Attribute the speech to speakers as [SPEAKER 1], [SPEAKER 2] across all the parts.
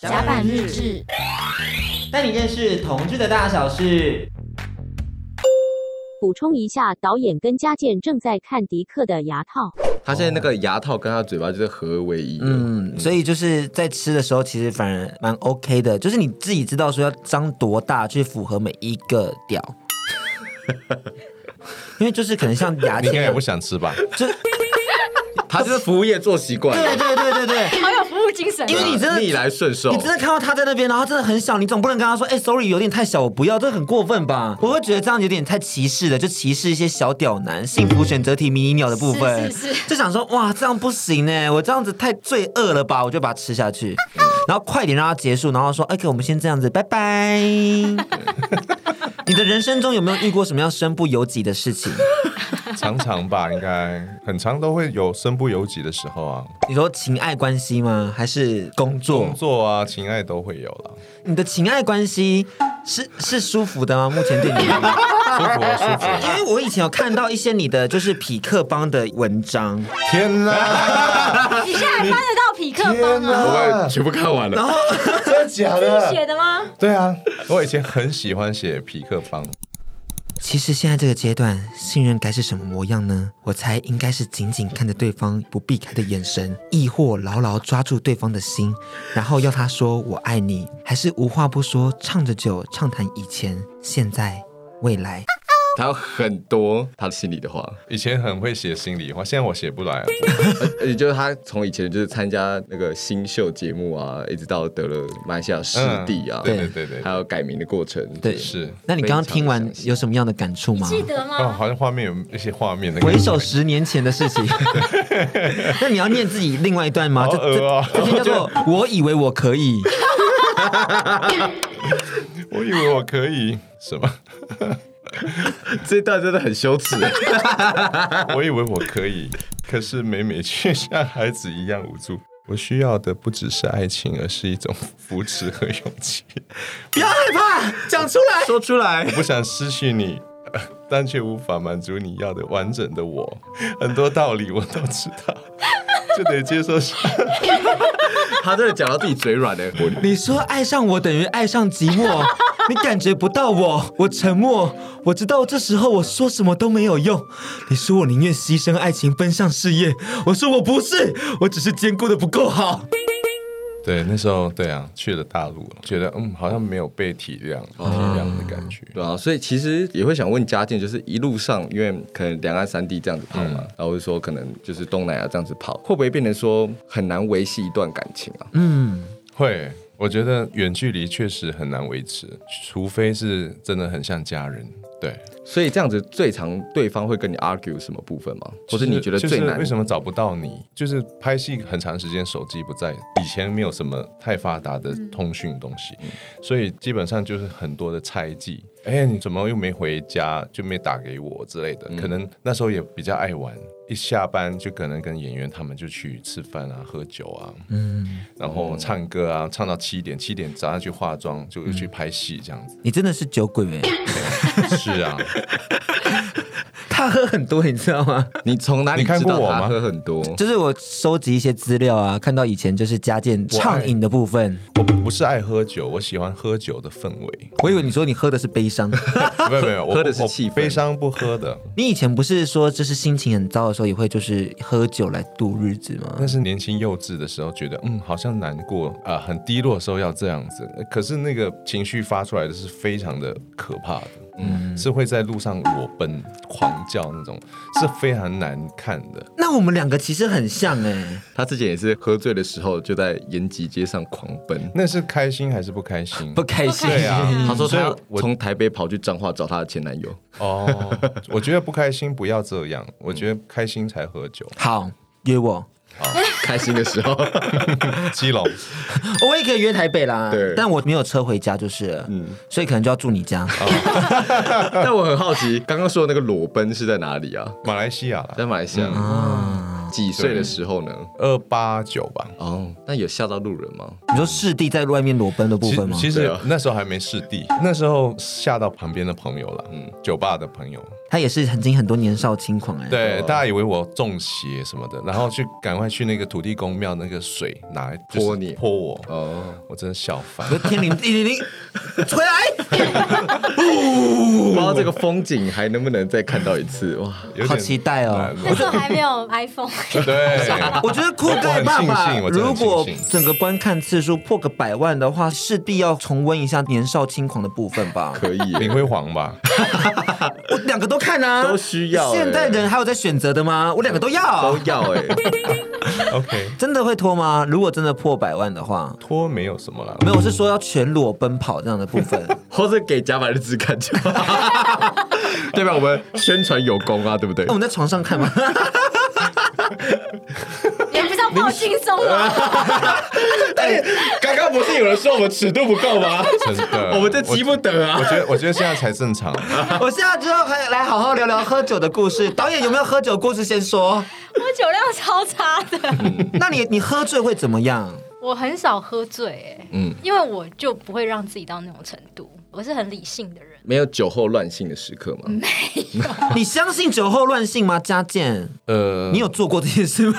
[SPEAKER 1] 甲板日志，
[SPEAKER 2] 带你认识同志的大小事。
[SPEAKER 3] 补充一下，导演跟嘉健正在看迪克的牙套。
[SPEAKER 4] 他现在那个牙套跟他嘴巴就是合为一的。
[SPEAKER 1] 哦嗯，所以就是在吃的时候，其实反而蛮 OK 的，就是你自己知道说要张多大去符合每一个 屌，因为就是可能像牙
[SPEAKER 5] 你应该也
[SPEAKER 1] 签
[SPEAKER 5] 不，想吃吧？
[SPEAKER 1] 就
[SPEAKER 4] 他就是服务业做习惯
[SPEAKER 1] 对
[SPEAKER 4] 了，
[SPEAKER 1] 对对对对，
[SPEAKER 6] 好有服务精神啊
[SPEAKER 1] 因为你真的
[SPEAKER 4] 逆来顺受
[SPEAKER 1] 你。真的看到他在那边，然后真的很小，你总不能跟他说，哎、s o r r y 有点太小，我不要，这很过分吧？我会觉得这样有点太歧视了，就歧视一些小屌男、幸福选择题迷你鸟的部分，
[SPEAKER 6] 是是是
[SPEAKER 1] 就想说，哇，这样不行呢，我这样子太罪恶了吧，我就把它吃下去，然后快点让它结束，然后说，OK，我们先这样子，拜 拜。你的人生中有没有遇过什么样身不由己的事情？
[SPEAKER 5] 常常吧，应该很常都会有身不由己的时候啊，
[SPEAKER 1] 你说情爱关系吗？还是工作？
[SPEAKER 5] 工作啊、情爱都会有了，
[SPEAKER 1] 你的情爱关系是是舒服的吗？目前对你而言？
[SPEAKER 5] 舒服啊舒服啊。
[SPEAKER 1] 因为我以前有看到一些你的就是匹克帮的文章，
[SPEAKER 5] 天哪，
[SPEAKER 6] 你现在还翻得到匹克帮
[SPEAKER 5] 天
[SPEAKER 6] 啊？
[SPEAKER 4] 我全部看完了，
[SPEAKER 5] 真的假
[SPEAKER 6] 自己写？的吗？
[SPEAKER 5] 对啊，我以前很喜欢写皮克帮，
[SPEAKER 1] 其实现在这个阶段，信任该是什么模样呢？我猜应该是紧紧看着对方不避开的眼神，亦或牢牢抓住对方的心，然后要他说“我爱你”，还是无话不说，唱着酒，畅谈以前、现在、未来。
[SPEAKER 4] 他有很多他心里的话，
[SPEAKER 5] 以前很会写心里话，现在我写不来了。
[SPEAKER 4] 而且就是他从以前就是参加那个新秀节目啊，一直到得了马来西亚师弟啊，
[SPEAKER 5] 嗯对对对对
[SPEAKER 4] 还有改名的过程，
[SPEAKER 1] 对
[SPEAKER 5] 是
[SPEAKER 1] 那你刚刚听
[SPEAKER 4] 非
[SPEAKER 1] 完
[SPEAKER 4] 常详细
[SPEAKER 1] 有什么样的感触吗？
[SPEAKER 6] 记得
[SPEAKER 5] 哦，
[SPEAKER 6] 吗？
[SPEAKER 5] 好像画面有一些画面的感觉。
[SPEAKER 1] 回首十年前的 事情，那你要念自己另外一段吗？
[SPEAKER 5] 好
[SPEAKER 1] 这
[SPEAKER 5] 恶哦
[SPEAKER 1] 这这就叫做“我以为我可以”。
[SPEAKER 5] 我以为我可以什么？
[SPEAKER 4] 这段真的很 羞耻。
[SPEAKER 5] 我以为我可以，可是每每却像孩子一样无助。我需要的不只是爱情，而是一种扶持和勇气。
[SPEAKER 1] 不要害怕，讲出来，说出来
[SPEAKER 5] 我。不想失去你， 呃但却无法满足你要的完整的我。很多道理我都知道，就得接受 现
[SPEAKER 4] 他真的讲到自己嘴软的，我
[SPEAKER 1] 你说爱上我等于爱上寂寞， 你感觉不到我，我沉默。我知道这时候我说什么都没有用。你说我宁愿牺牲爱情奔向事业，我说我不是，我只是兼顾的不够好。
[SPEAKER 5] 对，那时候对啊，去了大陆，觉得嗯，好像没有被体谅、体谅的感觉。
[SPEAKER 4] 对啊，所以其实也会想问嘉靖，就是一路上，因为可能两岸三地这样子跑嘛，
[SPEAKER 5] 嗯
[SPEAKER 4] 然后说可能就是东南亚这样子跑，会不会变成说很难维系一段感情啊？
[SPEAKER 1] 嗯，
[SPEAKER 5] 会，我觉得远距离确实很难维持，除非是真的很像家人。对，
[SPEAKER 4] 所以这样子最常对方会跟你 argue 什么部分吗？或是你觉得
[SPEAKER 5] 就是
[SPEAKER 4] 最难？
[SPEAKER 5] 为什么找不到你？就是拍戏很长时间手机不在，以前没有什么太发达的通讯东西，
[SPEAKER 4] 嗯
[SPEAKER 5] 所以基本上就是很多的猜忌。哎，你怎么又没回家，就没打给我之类的？
[SPEAKER 4] 嗯
[SPEAKER 5] 可能那时候也比较爱玩，一下班就可能跟演员他们就去吃饭啊、喝酒啊，
[SPEAKER 4] 嗯
[SPEAKER 5] 然后唱歌啊，唱到七点，七点早上去化妆，就又去
[SPEAKER 4] 嗯
[SPEAKER 5] 拍戏这样子。
[SPEAKER 1] 你真的是酒鬼哎、
[SPEAKER 5] 是啊，
[SPEAKER 1] 他喝很多，你知道吗？
[SPEAKER 4] 你从哪里
[SPEAKER 5] 你看
[SPEAKER 4] 知
[SPEAKER 5] 过
[SPEAKER 4] 道
[SPEAKER 5] 我
[SPEAKER 4] 他
[SPEAKER 5] 吗
[SPEAKER 4] 喝很多？
[SPEAKER 1] 就是我收集一些资料啊，看到以前就是加健畅饮的部分，
[SPEAKER 5] 我不是爱喝酒，我喜欢喝酒的氛围。
[SPEAKER 1] 我以为你说你喝的是悲 伤。
[SPEAKER 5] 没有没有，我
[SPEAKER 4] 喝的是
[SPEAKER 5] 我
[SPEAKER 4] 气氛
[SPEAKER 5] 悲伤不喝的，
[SPEAKER 1] 你以前不是说就是心情很糟的时候也会就是喝酒来度日子吗
[SPEAKER 5] 那？是年轻幼稚的时候，觉得嗯好像难过啊、呃很低落的时候要这样子。可是那个情绪发出来的是非常的可怕的，嗯，是会在路上裸奔、狂叫那种，是非常难看的。
[SPEAKER 1] 那我们两个其实很像哎、
[SPEAKER 4] 他之前也是喝醉的时候就在延吉街上狂奔。
[SPEAKER 5] 那是开心还是不开心？
[SPEAKER 1] 不开心。嗯
[SPEAKER 5] 对啊，
[SPEAKER 4] 他说
[SPEAKER 5] 所以
[SPEAKER 4] 他
[SPEAKER 5] 我
[SPEAKER 4] 从台北跑去彰化找他的前男友，
[SPEAKER 5] 哦，我觉得不开心不要这样，我觉得开心才喝酒。
[SPEAKER 1] 好，约我，
[SPEAKER 4] 开心的时候，
[SPEAKER 5] 基隆，
[SPEAKER 1] 我也可以约台北啦。
[SPEAKER 4] 对
[SPEAKER 1] 但我没有车回家就是了，嗯，所以可能就要住你家。
[SPEAKER 5] 哦
[SPEAKER 4] 但我很好奇，刚刚说的那个裸奔是在哪里啊？
[SPEAKER 5] 马来西亚啦，
[SPEAKER 4] 在马来西亚。几岁的时候呢？
[SPEAKER 5] 二八九吧。
[SPEAKER 4] 嗯哦，那有吓到路人吗？
[SPEAKER 1] 你说师弟在外面裸奔的部
[SPEAKER 5] 其
[SPEAKER 1] 分
[SPEAKER 5] 实
[SPEAKER 1] 吗？
[SPEAKER 5] 其
[SPEAKER 4] 对
[SPEAKER 5] 实
[SPEAKER 4] 啊
[SPEAKER 5] 那时候还没试地，那时候吓到旁边的朋友了，嗯，酒吧的朋友，
[SPEAKER 1] 他也是曾经很多年少轻狂哎。
[SPEAKER 4] 哦
[SPEAKER 5] 对，大家以为我中邪什么的，然后去赶快去那个土地公庙那个水拿来就是
[SPEAKER 4] 泼你
[SPEAKER 5] 泼我，
[SPEAKER 4] 哦，
[SPEAKER 5] 我真的笑翻
[SPEAKER 1] 我。说天灵地灵 灵，回来！
[SPEAKER 4] 不知道这个风景还能不能再看到一 次哇？
[SPEAKER 5] 有点
[SPEAKER 1] 好期待哦！
[SPEAKER 6] 那时候还没有 iPhone，
[SPEAKER 5] 对，
[SPEAKER 1] 我觉得酷盖爸
[SPEAKER 5] 我很庆
[SPEAKER 1] 爸
[SPEAKER 5] 幸我真的
[SPEAKER 1] 如
[SPEAKER 5] 很
[SPEAKER 1] 果
[SPEAKER 5] 庆幸
[SPEAKER 1] 整个观看次数破个百万的话，势必要重温一下年少轻狂的部分吧。
[SPEAKER 4] 可以耶，
[SPEAKER 5] 林辉煌吧，
[SPEAKER 1] 我两个都看啊，
[SPEAKER 4] 都需要欸
[SPEAKER 1] 现代人还有在选择的吗？我两个都要
[SPEAKER 4] 都。要 哎，
[SPEAKER 5] OK，
[SPEAKER 1] 真的会脱吗？如果真的破百万的话，
[SPEAKER 5] 脱没有什么啦，
[SPEAKER 1] 没有，我是说要全裸奔跑这样的部 分。
[SPEAKER 4] 或者给甲板日志看就好， 对吧？我们宣传有功啊，对不对
[SPEAKER 1] 那我？们在床上看 吗？
[SPEAKER 6] 也不知道抱轻松啊吗？
[SPEAKER 4] 刚刚不是有人说我们尺度不够吗？
[SPEAKER 5] 真的，
[SPEAKER 4] 我们这急不得
[SPEAKER 5] 我
[SPEAKER 4] 啊！
[SPEAKER 5] 觉得，我觉得现在才 正常。
[SPEAKER 1] 我现在之后可以来好好聊聊喝酒的故事。导演有没有喝酒故事先说？
[SPEAKER 6] 我酒量超差的，
[SPEAKER 1] 那你你喝醉会怎么样？
[SPEAKER 6] 我很少喝醉，哎，
[SPEAKER 4] 嗯
[SPEAKER 6] 嗯，因为我就不会让自己到那种程度，我是很理性的人。
[SPEAKER 4] 没有酒后乱性的时刻吗？
[SPEAKER 6] 嗯
[SPEAKER 1] 你相信酒后乱性吗？嘉健，
[SPEAKER 5] 呃，
[SPEAKER 1] 你有做过这件事吗？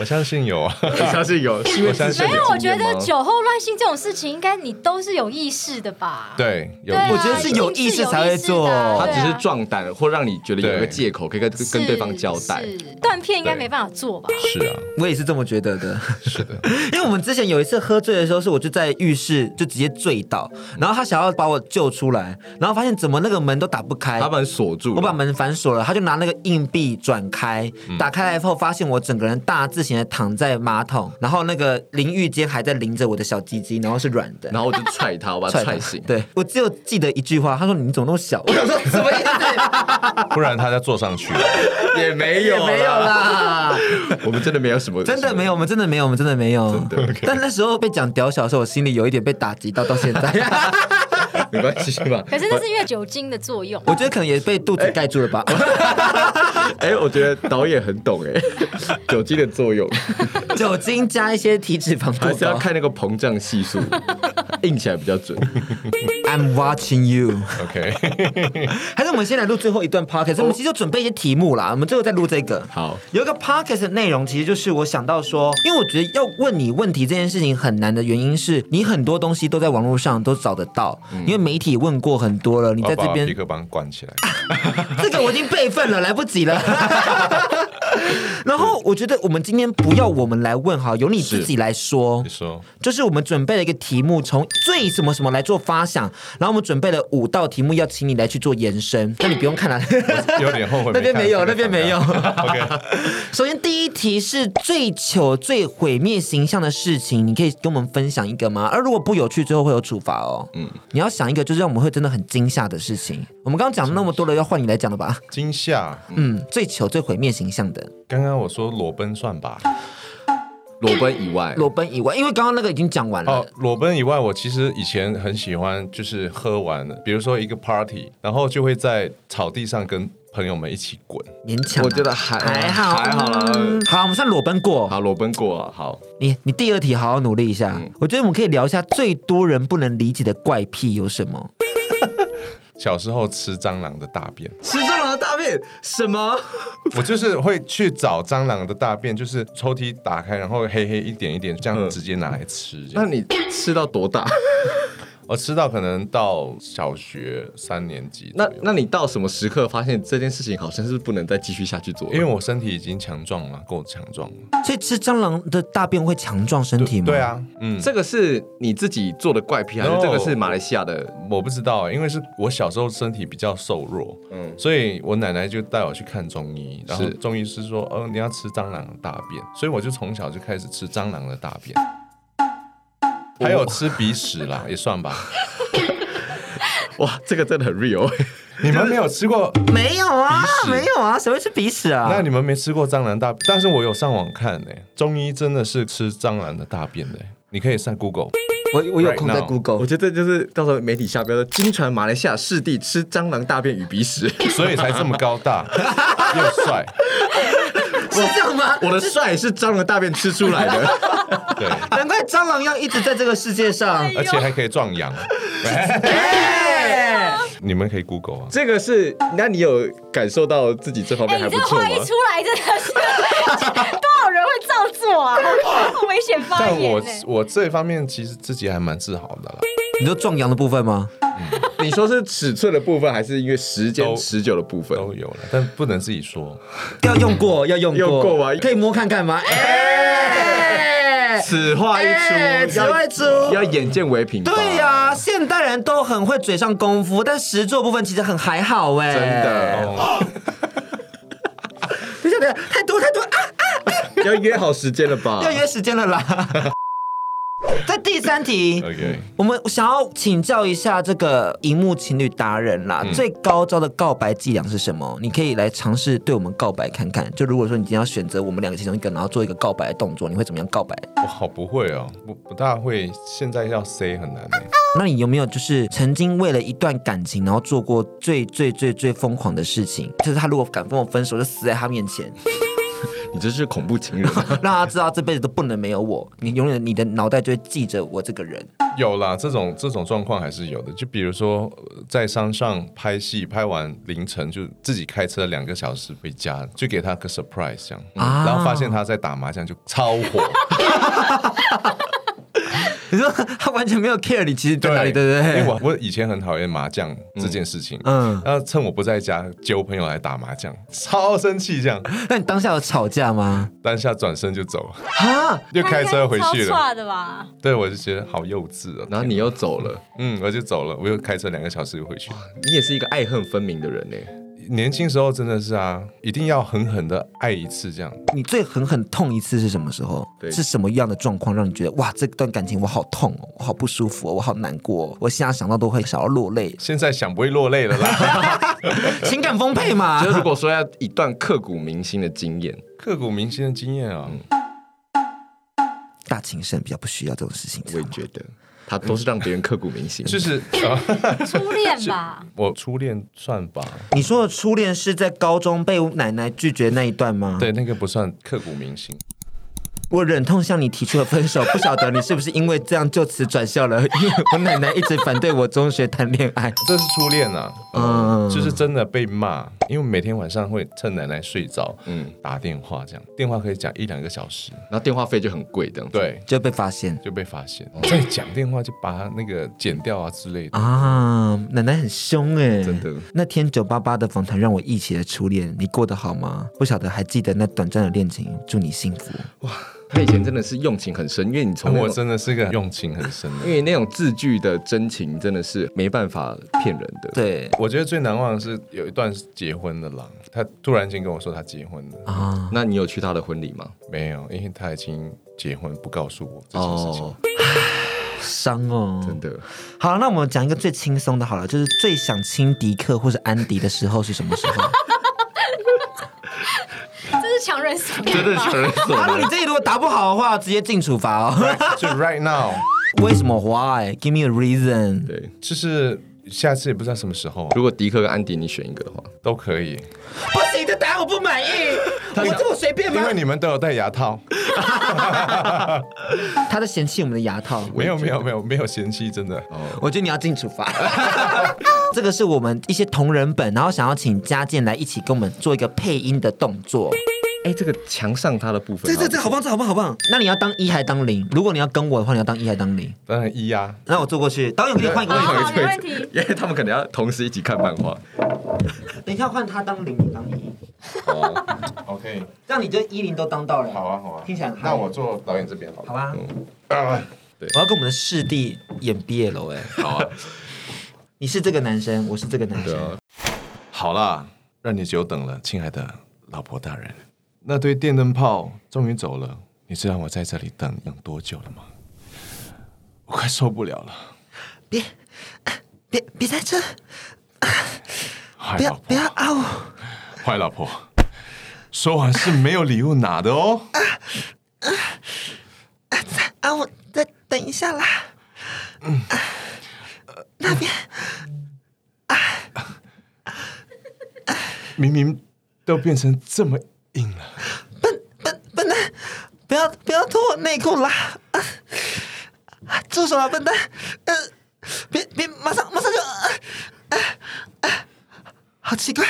[SPEAKER 5] 我相信有啊，
[SPEAKER 4] 我相信有，是因为
[SPEAKER 5] 我相
[SPEAKER 4] 自
[SPEAKER 5] 信
[SPEAKER 4] 身
[SPEAKER 5] 有
[SPEAKER 4] 的
[SPEAKER 6] 因为我
[SPEAKER 4] 经
[SPEAKER 6] 觉
[SPEAKER 4] 验
[SPEAKER 6] 得
[SPEAKER 4] 吗
[SPEAKER 6] 酒后啊乱性这种事情，应该你都是有意识的吧？
[SPEAKER 5] 对，有
[SPEAKER 6] 对啊，
[SPEAKER 1] 我觉得是有意识才会做
[SPEAKER 6] 一定是有意识的啊
[SPEAKER 4] 他
[SPEAKER 6] 对
[SPEAKER 4] 只
[SPEAKER 6] 啊
[SPEAKER 4] 是壮胆，或让你觉得有一个
[SPEAKER 5] 对
[SPEAKER 4] 借口可以跟跟对方交代。
[SPEAKER 6] 是是断片应该没办法做吧？
[SPEAKER 5] 是啊，
[SPEAKER 1] 我也是这么觉得的。
[SPEAKER 5] 是的，
[SPEAKER 1] 因为我们之前有一次喝醉的时候，是我就在浴室就直接醉倒，然后他想要把我救出来，然后发现怎么那个门都打不开，
[SPEAKER 4] 他把你锁住了，嗯
[SPEAKER 1] 我把门反锁了，他就拿那个硬币转开，打开来后发现我整个人大字型的躺在马桶，然后那个淋浴间还在淋着我的小鸡鸡，然后是软的。
[SPEAKER 4] 然后我就踹他，我把他
[SPEAKER 1] 踹
[SPEAKER 4] 踹
[SPEAKER 1] 他
[SPEAKER 4] 醒。
[SPEAKER 1] 对我只有记得一句话，他说你怎么那么小？我想说什么意思？
[SPEAKER 5] 啊不然他再坐上去，
[SPEAKER 4] 也没
[SPEAKER 1] 也
[SPEAKER 4] 有，
[SPEAKER 1] 没有。啦，
[SPEAKER 4] 我们真的没有什么，
[SPEAKER 1] 真的没有，我们真的没有，我们真的没有。
[SPEAKER 4] 真的
[SPEAKER 1] 但那时候被讲屌小的时候，我心里有一点被打击到，到现在，
[SPEAKER 4] 没关系吧？
[SPEAKER 6] 可是那是因为酒精的作用。啊
[SPEAKER 1] 我觉得可能也被肚子盖住了吧。
[SPEAKER 4] 哎，我觉得导演很懂哎，酒精的作 用，
[SPEAKER 1] 酒精加一些体脂肪
[SPEAKER 4] 还
[SPEAKER 1] 过
[SPEAKER 4] 是要
[SPEAKER 1] 高。
[SPEAKER 4] 看那个膨胀系数，硬起来比较准。
[SPEAKER 1] I'm watching you。
[SPEAKER 5] OK，
[SPEAKER 1] 还是我们先来录最后一段 podcast，、我们其实就准备一些题目啦，我们最后再录这个。
[SPEAKER 4] 哦好，
[SPEAKER 1] 有一个 podcast 的内容，其实就是我想到说，因为我觉得要问你问题这件事情很难的原因是，你很多东西都在网络上都找得到，
[SPEAKER 4] 嗯
[SPEAKER 1] 因为媒体问过很多了，你
[SPEAKER 5] 我
[SPEAKER 1] 在
[SPEAKER 5] 要
[SPEAKER 1] 这
[SPEAKER 5] 把
[SPEAKER 1] 边
[SPEAKER 5] 皮克邦关起来。
[SPEAKER 1] 这个我已经备份了，来不及 了。然后我觉得我们今天不要我们来问哈，由你自己来说
[SPEAKER 5] 你。说，
[SPEAKER 1] 就是我们准备了一个题目，从最什么什么来做发想，然后我们准备了五道题目要请你来去做延伸。那你不用看了、
[SPEAKER 5] 有点后悔
[SPEAKER 1] 那
[SPEAKER 5] 没看这个访谈。
[SPEAKER 1] 边没有，那边没有。
[SPEAKER 5] OK，
[SPEAKER 1] 首先，第一题是最糗、最毁灭形象的事情，你可以跟我们分享一个吗？而如果不有趣，最后会有处罚哦。嗯，你要想一个就是让我们会真的很惊吓的事情。我们刚刚讲那么多了，要换你来讲了吧？
[SPEAKER 5] 惊吓。
[SPEAKER 1] 嗯，最糗、最毁灭形象的
[SPEAKER 5] 刚刚我说裸奔算吧。
[SPEAKER 4] 裸奔以外，
[SPEAKER 1] 裸奔以外，因为刚刚那个已经讲完了。
[SPEAKER 5] 哦，裸奔以外，我其实以前很喜欢，就是喝完了，比如说一个 party，然后就会在草地上跟朋友们一起滚。
[SPEAKER 1] 勉强啊、
[SPEAKER 4] 我觉得还
[SPEAKER 1] 还好，
[SPEAKER 4] 还好啦呃
[SPEAKER 1] 嗯好，我们算裸奔过。
[SPEAKER 4] 好，裸奔过啊，好，
[SPEAKER 1] 你你第二题好好努力一下。我觉得我们可以聊一下最多人不能理解的怪癖有什么。
[SPEAKER 5] 小时候吃蟑螂的大 便，
[SPEAKER 4] 吃蟑螂的啊大便什么？
[SPEAKER 5] 我就是会去找蟑螂的大便，就是抽屉打开，然后黑黑一点一点，这样直接拿来吃。这
[SPEAKER 1] 嗯
[SPEAKER 4] 那
[SPEAKER 5] 样
[SPEAKER 4] 你吃到多大？
[SPEAKER 5] 我吃到可能到小学三年级左
[SPEAKER 4] 那
[SPEAKER 5] 右，
[SPEAKER 4] 那你到什么时刻发现这件事情好像是不能再继续下去做了？
[SPEAKER 5] 因为我身体已经强壮了，够强壮了。
[SPEAKER 1] 所以吃蟑螂的大便会强壮身体吗？
[SPEAKER 5] 对，啊，嗯，
[SPEAKER 4] 这个是你自己做的怪癖，还是
[SPEAKER 5] No
[SPEAKER 4] 这个是马来西亚的？
[SPEAKER 5] 我不知道、因为是我小时候身体比较瘦弱，
[SPEAKER 4] 嗯
[SPEAKER 5] 嗯，所以我奶奶就带我去看中医，然后
[SPEAKER 4] 是
[SPEAKER 5] 中医师说，哦，你要吃蟑螂的大便，所以我就从小就开始吃蟑螂的大便，还有吃鼻屎 啦，也算吧。
[SPEAKER 4] 哇，这个真的很 real，
[SPEAKER 5] 你们没有吃过，
[SPEAKER 1] 没有啊，
[SPEAKER 5] 屎
[SPEAKER 1] 没有啊，谁会吃鼻屎啊？
[SPEAKER 5] 那你们没吃过蟑螂大，但是我有上网看呢、欸中医真的是吃蟑螂的大便的、你可以上 Google，
[SPEAKER 1] 我我有
[SPEAKER 5] Right
[SPEAKER 1] 空在
[SPEAKER 5] now
[SPEAKER 1] Google
[SPEAKER 4] 我。觉得这就是到时候媒体下标的“经传马来西亚湿地吃蟑螂大便与鼻屎
[SPEAKER 5] 所以才这么高 大又帅，
[SPEAKER 1] 是这样吗”，？
[SPEAKER 4] 我的帅是蟑螂大便吃出来的。
[SPEAKER 5] 对，
[SPEAKER 1] 难怪蟑 螂要一直在这个世界上。
[SPEAKER 5] 而且还可以壮阳。
[SPEAKER 1] 哎
[SPEAKER 5] 你们可以 Google 啊。
[SPEAKER 4] 这个是，那你有感受到自己这方
[SPEAKER 6] 哎、
[SPEAKER 4] 面还
[SPEAKER 6] 你
[SPEAKER 4] 不
[SPEAKER 6] 这个
[SPEAKER 4] 错
[SPEAKER 5] 啊
[SPEAKER 6] 话
[SPEAKER 4] 吗？
[SPEAKER 6] 一出来，真的是 多少人会照做啊？好危险发
[SPEAKER 5] 但
[SPEAKER 6] 言
[SPEAKER 5] 我
[SPEAKER 6] 呢、嗯
[SPEAKER 5] 我这方面其实自己还蛮自豪的啦，
[SPEAKER 1] 你说壮阳的部分吗？
[SPEAKER 4] 你说是尺寸的部分，还是因为时间
[SPEAKER 5] 都
[SPEAKER 4] 持久的部分？
[SPEAKER 5] 都有了，但不能自己说。
[SPEAKER 1] 要用过，要用过，
[SPEAKER 4] 用过啊
[SPEAKER 1] 可以摸看看吗？哎、
[SPEAKER 4] 此话一出，
[SPEAKER 1] 哎此话一出
[SPEAKER 4] 要眼见为凭。
[SPEAKER 1] 对呀、、现代人都很会嘴上功夫，但实做部分其实很还好哎、
[SPEAKER 4] 真的、
[SPEAKER 1] 等一下，等一下，太多太多啊！
[SPEAKER 4] 要约好时间了 吧？
[SPEAKER 1] 要约时间了啦。在第三
[SPEAKER 6] 嗯
[SPEAKER 1] 题，
[SPEAKER 5] OK，
[SPEAKER 1] 我们想要请教一下这个荧幕情侣达人啦，
[SPEAKER 4] 嗯
[SPEAKER 1] 最高招的告白伎俩是什么？你可以来尝试对我们告白看看。就如果说你今天要选择我们两个其中一个，然后做一个告白的动作，你会怎么样告白？
[SPEAKER 5] 我好不会哦，我不大会，现在要 say 很难欸
[SPEAKER 1] 那你有没有就是曾经为了一段感情，然后做过最最最最疯狂的事情？就是他如果敢跟我分手，就死在他面前，
[SPEAKER 4] 你这是恐怖情人。
[SPEAKER 1] 让他知道这辈子都不能没有我。你永远你的脑袋就会记着我这个人。
[SPEAKER 5] 有啦，这种这种状况还是有的。就比如说呃在山上拍戏，拍完凌晨就自己开车两个小时回家，就给他个 surprise 这样，嗯
[SPEAKER 1] 啊
[SPEAKER 5] 然后发现他在打麻将，就超火。
[SPEAKER 1] 你说他完全没有 care 你，其 实在哪里，对不
[SPEAKER 5] 因为
[SPEAKER 1] 对？
[SPEAKER 5] 我我以前很讨厌麻将这件事情，
[SPEAKER 1] 嗯
[SPEAKER 5] 嗯，然后趁我不在家，揪朋友来打麻将，超生气这样，
[SPEAKER 1] 那你当下有吵架吗？
[SPEAKER 5] 当下转身就走，
[SPEAKER 1] 啊，
[SPEAKER 5] 又开车回去
[SPEAKER 6] 超
[SPEAKER 5] 了。
[SPEAKER 6] 差的吧？
[SPEAKER 5] 对，我就觉得好幼稚啊。
[SPEAKER 4] 然后你又走了，
[SPEAKER 5] 嗯，我就走了，我又开车两个小时又回去。
[SPEAKER 4] 你也是一个爱恨分明的人呢。
[SPEAKER 5] 年轻时候真的是啊，一定要狠狠的爱一次这样。
[SPEAKER 1] 你最狠狠痛一次是什么时候？
[SPEAKER 4] 对
[SPEAKER 1] 是什么样的状况让你觉得哇，这段感情我好痛哦，我好不舒服哦，我好难过哦，我现在想到都会想要落泪，
[SPEAKER 5] 现在想不会落泪了啦。
[SPEAKER 1] 情感丰沛嘛
[SPEAKER 4] 就。是如果说要一段刻骨铭心的经验，
[SPEAKER 5] 刻骨铭心的经验啊，
[SPEAKER 1] 大情圣比较不需要这种事情，
[SPEAKER 4] 我也觉得他都是让别人刻骨铭心。
[SPEAKER 5] 就是、啊、
[SPEAKER 6] 初恋吧？
[SPEAKER 5] 我初恋算吧，
[SPEAKER 1] 你说的初恋是在高中被奶奶拒绝那一段吗？
[SPEAKER 5] 对，，那个不算刻骨铭心。
[SPEAKER 1] 我忍痛向你提出了分手，不晓得你是不是因为这样就此转校了？因为我奶奶一直反对我中学谈恋爱。
[SPEAKER 5] 这是初恋啊，
[SPEAKER 1] 嗯
[SPEAKER 5] 嗯，就是真的被骂，因为每天晚上会趁奶奶睡着，
[SPEAKER 4] 嗯
[SPEAKER 5] 嗯，打电话这样，电话可以讲一两个小时，
[SPEAKER 4] 然后电话费就很贵，这样子。
[SPEAKER 5] 对，
[SPEAKER 1] 就被发现
[SPEAKER 5] 就被发现，再哦讲电话就把它那个剪掉啊之类的。
[SPEAKER 1] 啊！奶奶很凶哎、
[SPEAKER 4] 真的。
[SPEAKER 1] 那天九八八的访谈让我忆起了初恋，你过得好吗？不晓得还记得那短暂的恋情，祝你幸福。
[SPEAKER 4] 他以前真的是用情很深，因为你从那
[SPEAKER 5] 我
[SPEAKER 4] 种
[SPEAKER 5] 真的是个用情很深的
[SPEAKER 4] 因。为那种字句的真情真的是没办法骗人的。
[SPEAKER 1] 对
[SPEAKER 5] 我觉得最难忘的是有一段是结婚的啦，他突然间跟我说他结婚了，
[SPEAKER 1] 啊，
[SPEAKER 4] 那你有去他的婚礼吗？
[SPEAKER 5] 没有，因为他已经结婚不告诉我这件事
[SPEAKER 4] 哦
[SPEAKER 5] 情。，
[SPEAKER 1] 伤哦，
[SPEAKER 4] 真的，
[SPEAKER 1] 好，那我们讲一个最轻松的，好了，就是最想亲迪克或是安迪的时候是什么时候？
[SPEAKER 6] 这是强人所难吧？
[SPEAKER 4] 人所
[SPEAKER 1] 啊，那你这里如果答不好的话，直接进处罚哦。
[SPEAKER 5] 就 right now，
[SPEAKER 1] 为什么？Why？Give me a reason。
[SPEAKER 4] 对，
[SPEAKER 5] 就是下次也不知道什么时候啊
[SPEAKER 4] 如果迪克跟安迪你选一个的话，
[SPEAKER 5] 都可以，
[SPEAKER 1] 不行，这答案我不满意。我这么随便
[SPEAKER 5] 因为你们都有戴牙套。
[SPEAKER 1] 他在嫌弃我们的牙套。
[SPEAKER 5] 没有没有没有没有嫌弃，真的。
[SPEAKER 1] 我觉得你要进处罚。 这个是我们一些同人本，然后想要请嘉健来一起跟我们做一个配音的动作。
[SPEAKER 4] 哎，这个强上他的部分，啊
[SPEAKER 1] 好棒，这好棒，好棒！那你要当一还当零？如果你要跟我的话，你要当一还当零？
[SPEAKER 5] 当然一啊呀、
[SPEAKER 1] 那我坐过去，导演给你换一个位
[SPEAKER 6] 好
[SPEAKER 1] 置。
[SPEAKER 6] 好，没问题。
[SPEAKER 4] 因为他们可能要同时一起看漫画。
[SPEAKER 1] 等一下换他当零，你当一，
[SPEAKER 5] o k
[SPEAKER 1] 这样你就一零都当到了。
[SPEAKER 5] 啊好啊
[SPEAKER 1] 听起来很嗨那我
[SPEAKER 5] 坐导演这边好
[SPEAKER 1] 好吧。我要跟我们的师弟演 BL 哎、
[SPEAKER 5] 好啊，
[SPEAKER 1] 你是这个男生，我是这个男生。
[SPEAKER 4] 啊
[SPEAKER 5] 好啦，让你久等了，亲爱的老婆大人。那堆电灯泡终于走了，你知道我在这里等等多久了吗？我快受不了了，
[SPEAKER 1] 别别别在这，
[SPEAKER 5] 坏
[SPEAKER 1] 不要
[SPEAKER 5] 老
[SPEAKER 1] 不
[SPEAKER 5] 婆
[SPEAKER 1] 要，啊我！
[SPEAKER 5] 坏老婆，说完是没有礼物拿的哦。
[SPEAKER 1] 啊，我再等一下啦。
[SPEAKER 5] 明明都变成这么硬了，
[SPEAKER 1] 笨笨蛋，不要不要脱我内裤啦！啊住手啊，笨蛋！呃，别别，马上马上就、啊啊
[SPEAKER 7] 好奇怪，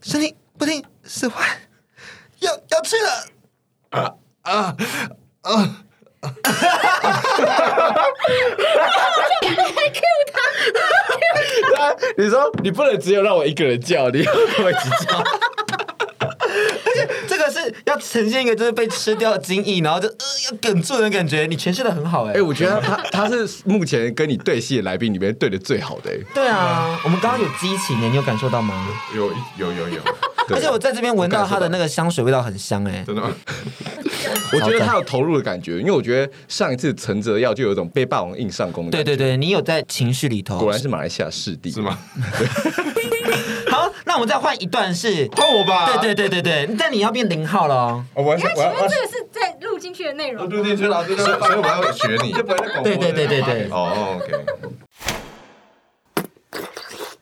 [SPEAKER 7] 声音不听使唤，要要去了。
[SPEAKER 4] 你说你不能只有让我一个人叫，你要跟我一起叫。
[SPEAKER 1] 这个是要呈现一个就是被吃掉的精液，然后就呃要哽住的感觉，你诠释的很好哎、
[SPEAKER 4] 哎、我觉得他他是目前跟你对戏的来宾里面对的最好的、欸。
[SPEAKER 1] 对啊，我们刚刚有激情哎、你有感受到吗？
[SPEAKER 5] 有有有 有，
[SPEAKER 4] 对啊
[SPEAKER 1] 而且我在这边闻到
[SPEAKER 4] 感受
[SPEAKER 1] 它
[SPEAKER 4] 到
[SPEAKER 1] 的那个香水味道很香哎、
[SPEAKER 5] 真的吗？
[SPEAKER 4] 我觉得他有投入的感觉，因为我觉得上一次陈泽耀就有一种被霸王硬上弓的
[SPEAKER 1] 对
[SPEAKER 4] 感觉。
[SPEAKER 1] 对对，你有在情绪里头。
[SPEAKER 4] 果然是马来西亚视帝，
[SPEAKER 5] 是吗？
[SPEAKER 1] 好，那我们再换一段是，
[SPEAKER 5] 换哦我
[SPEAKER 4] 啊
[SPEAKER 5] 吧。
[SPEAKER 1] 对对对对对，但你要变零号了哦。
[SPEAKER 5] 哦，我要
[SPEAKER 6] 你看
[SPEAKER 5] 我
[SPEAKER 6] 前
[SPEAKER 5] 要
[SPEAKER 6] 面这个是在录进去的内容，
[SPEAKER 5] 录进去了，所以所以我要学你，就不会
[SPEAKER 1] 对对对对对，
[SPEAKER 5] 哦，OK。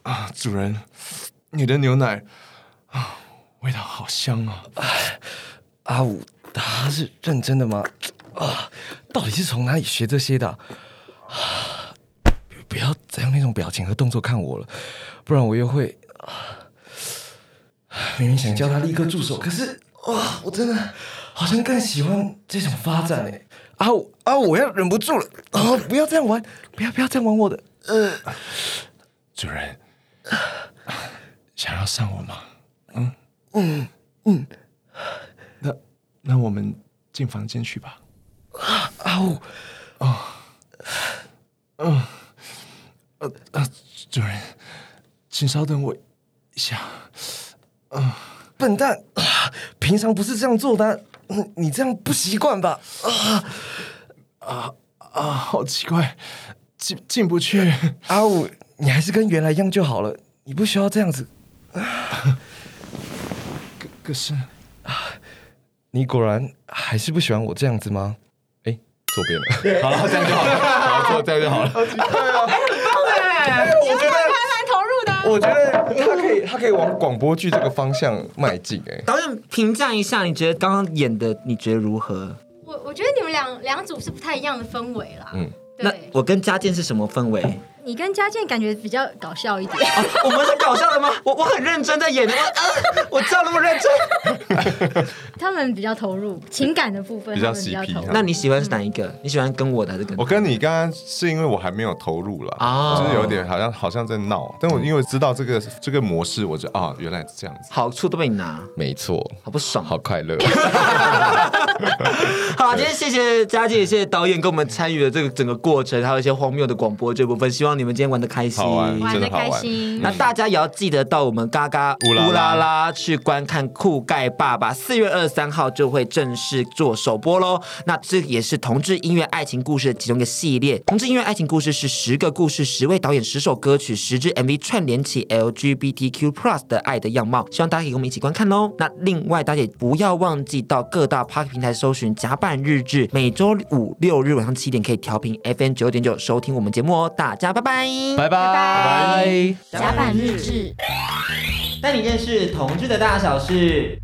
[SPEAKER 5] 啊，主人，你的牛奶啊，味道好香啊！
[SPEAKER 4] 阿五，啊他是认真的吗？啊，到底是从哪里学这些的啊？不要再用那种表情和动作看我了，不然我又会……啊明明想叫他立刻住手，可是哇，我真的好像更喜欢这种发展哎、啊我啊，我要忍不住了！啊，不要这样玩，不要不要这样玩我的。
[SPEAKER 5] 主人，想要上我吗？
[SPEAKER 1] 嗯
[SPEAKER 5] 嗯嗯嗯，那那我们进房间去吧。啊呜！哦，嗯，呃呃，主人，请稍等我一下。
[SPEAKER 8] 笨蛋，啊平常不是这样做的啊、嗯你这样不习惯吧？
[SPEAKER 5] 啊，好奇怪，进进不去。
[SPEAKER 8] 阿五，啊你还是跟原来一样就好了，你不需要这样子。
[SPEAKER 5] 可可是，
[SPEAKER 8] 你果然还是不喜欢我这样子吗？
[SPEAKER 4] 哎、坐边 了，好了，这样就好了，好坐这样就好了。
[SPEAKER 5] 啊
[SPEAKER 4] 哎
[SPEAKER 6] 你们还蛮投入的啊。
[SPEAKER 5] 我觉得他可以，他可以往广播剧这个方向迈进、哎，
[SPEAKER 1] 导演评价一下，你觉得刚刚演的你觉得如何？
[SPEAKER 6] 我我觉得你们两两组是不太一样的氛围啦。
[SPEAKER 5] 嗯
[SPEAKER 6] 嗯，
[SPEAKER 1] 那
[SPEAKER 6] 对，
[SPEAKER 1] 我跟嘉健是什么氛围？
[SPEAKER 6] 你跟嘉健感觉比较搞笑一点。
[SPEAKER 1] 啊 我们是搞笑的吗？我我很认真在演，我、 啊、我叫那么认真。
[SPEAKER 6] 他们比较投入情感的部分，
[SPEAKER 5] 比较
[SPEAKER 6] 他们比较
[SPEAKER 5] CP
[SPEAKER 6] 投 入。
[SPEAKER 1] 那你喜欢是哪一个？你喜欢跟我的还是跟
[SPEAKER 5] 我跟你刚刚是因为我还没有投入了，
[SPEAKER 1] 哦
[SPEAKER 4] 啊
[SPEAKER 5] 就是有点好像好像在闹，但我因为知道这个这个模式，我就啊原来是这样子。
[SPEAKER 1] 好处都被你拿，
[SPEAKER 4] 没错，
[SPEAKER 1] 好不爽。
[SPEAKER 4] 好快乐。
[SPEAKER 1] 好，今天谢谢佳姐，谢谢导演跟我们参与了这个整个过程，还有一些荒谬的广播这部分。希望你们今天玩的开心。
[SPEAKER 5] 好玩
[SPEAKER 6] 玩
[SPEAKER 5] 真
[SPEAKER 6] 的
[SPEAKER 5] 的好
[SPEAKER 6] 开
[SPEAKER 9] 嗯
[SPEAKER 5] 玩
[SPEAKER 6] 心。
[SPEAKER 1] 那大家也要记得到我们嘎嘎
[SPEAKER 5] 乌拉拉
[SPEAKER 1] 拉去观看《酷盖爸爸》，四月二十三号就会正式做首播喽。那这也是同志音乐爱情故事的其中一个系列。同志音乐爱情故事是十个故事、十位导演、十首歌曲、十支 MV 串联起 LGBTQ Plus 的爱的样貌，希望大家可以跟我们一起观看喽。那另外，大家也不要忘记到各大 Park 平台搜寻“甲板日志”，每周五六日晚上七点可以调频 FM 九点九收听我们节目哦。大家拜拜，
[SPEAKER 4] 拜拜。
[SPEAKER 9] 甲板日志。
[SPEAKER 1] 带你认识同志的大小事。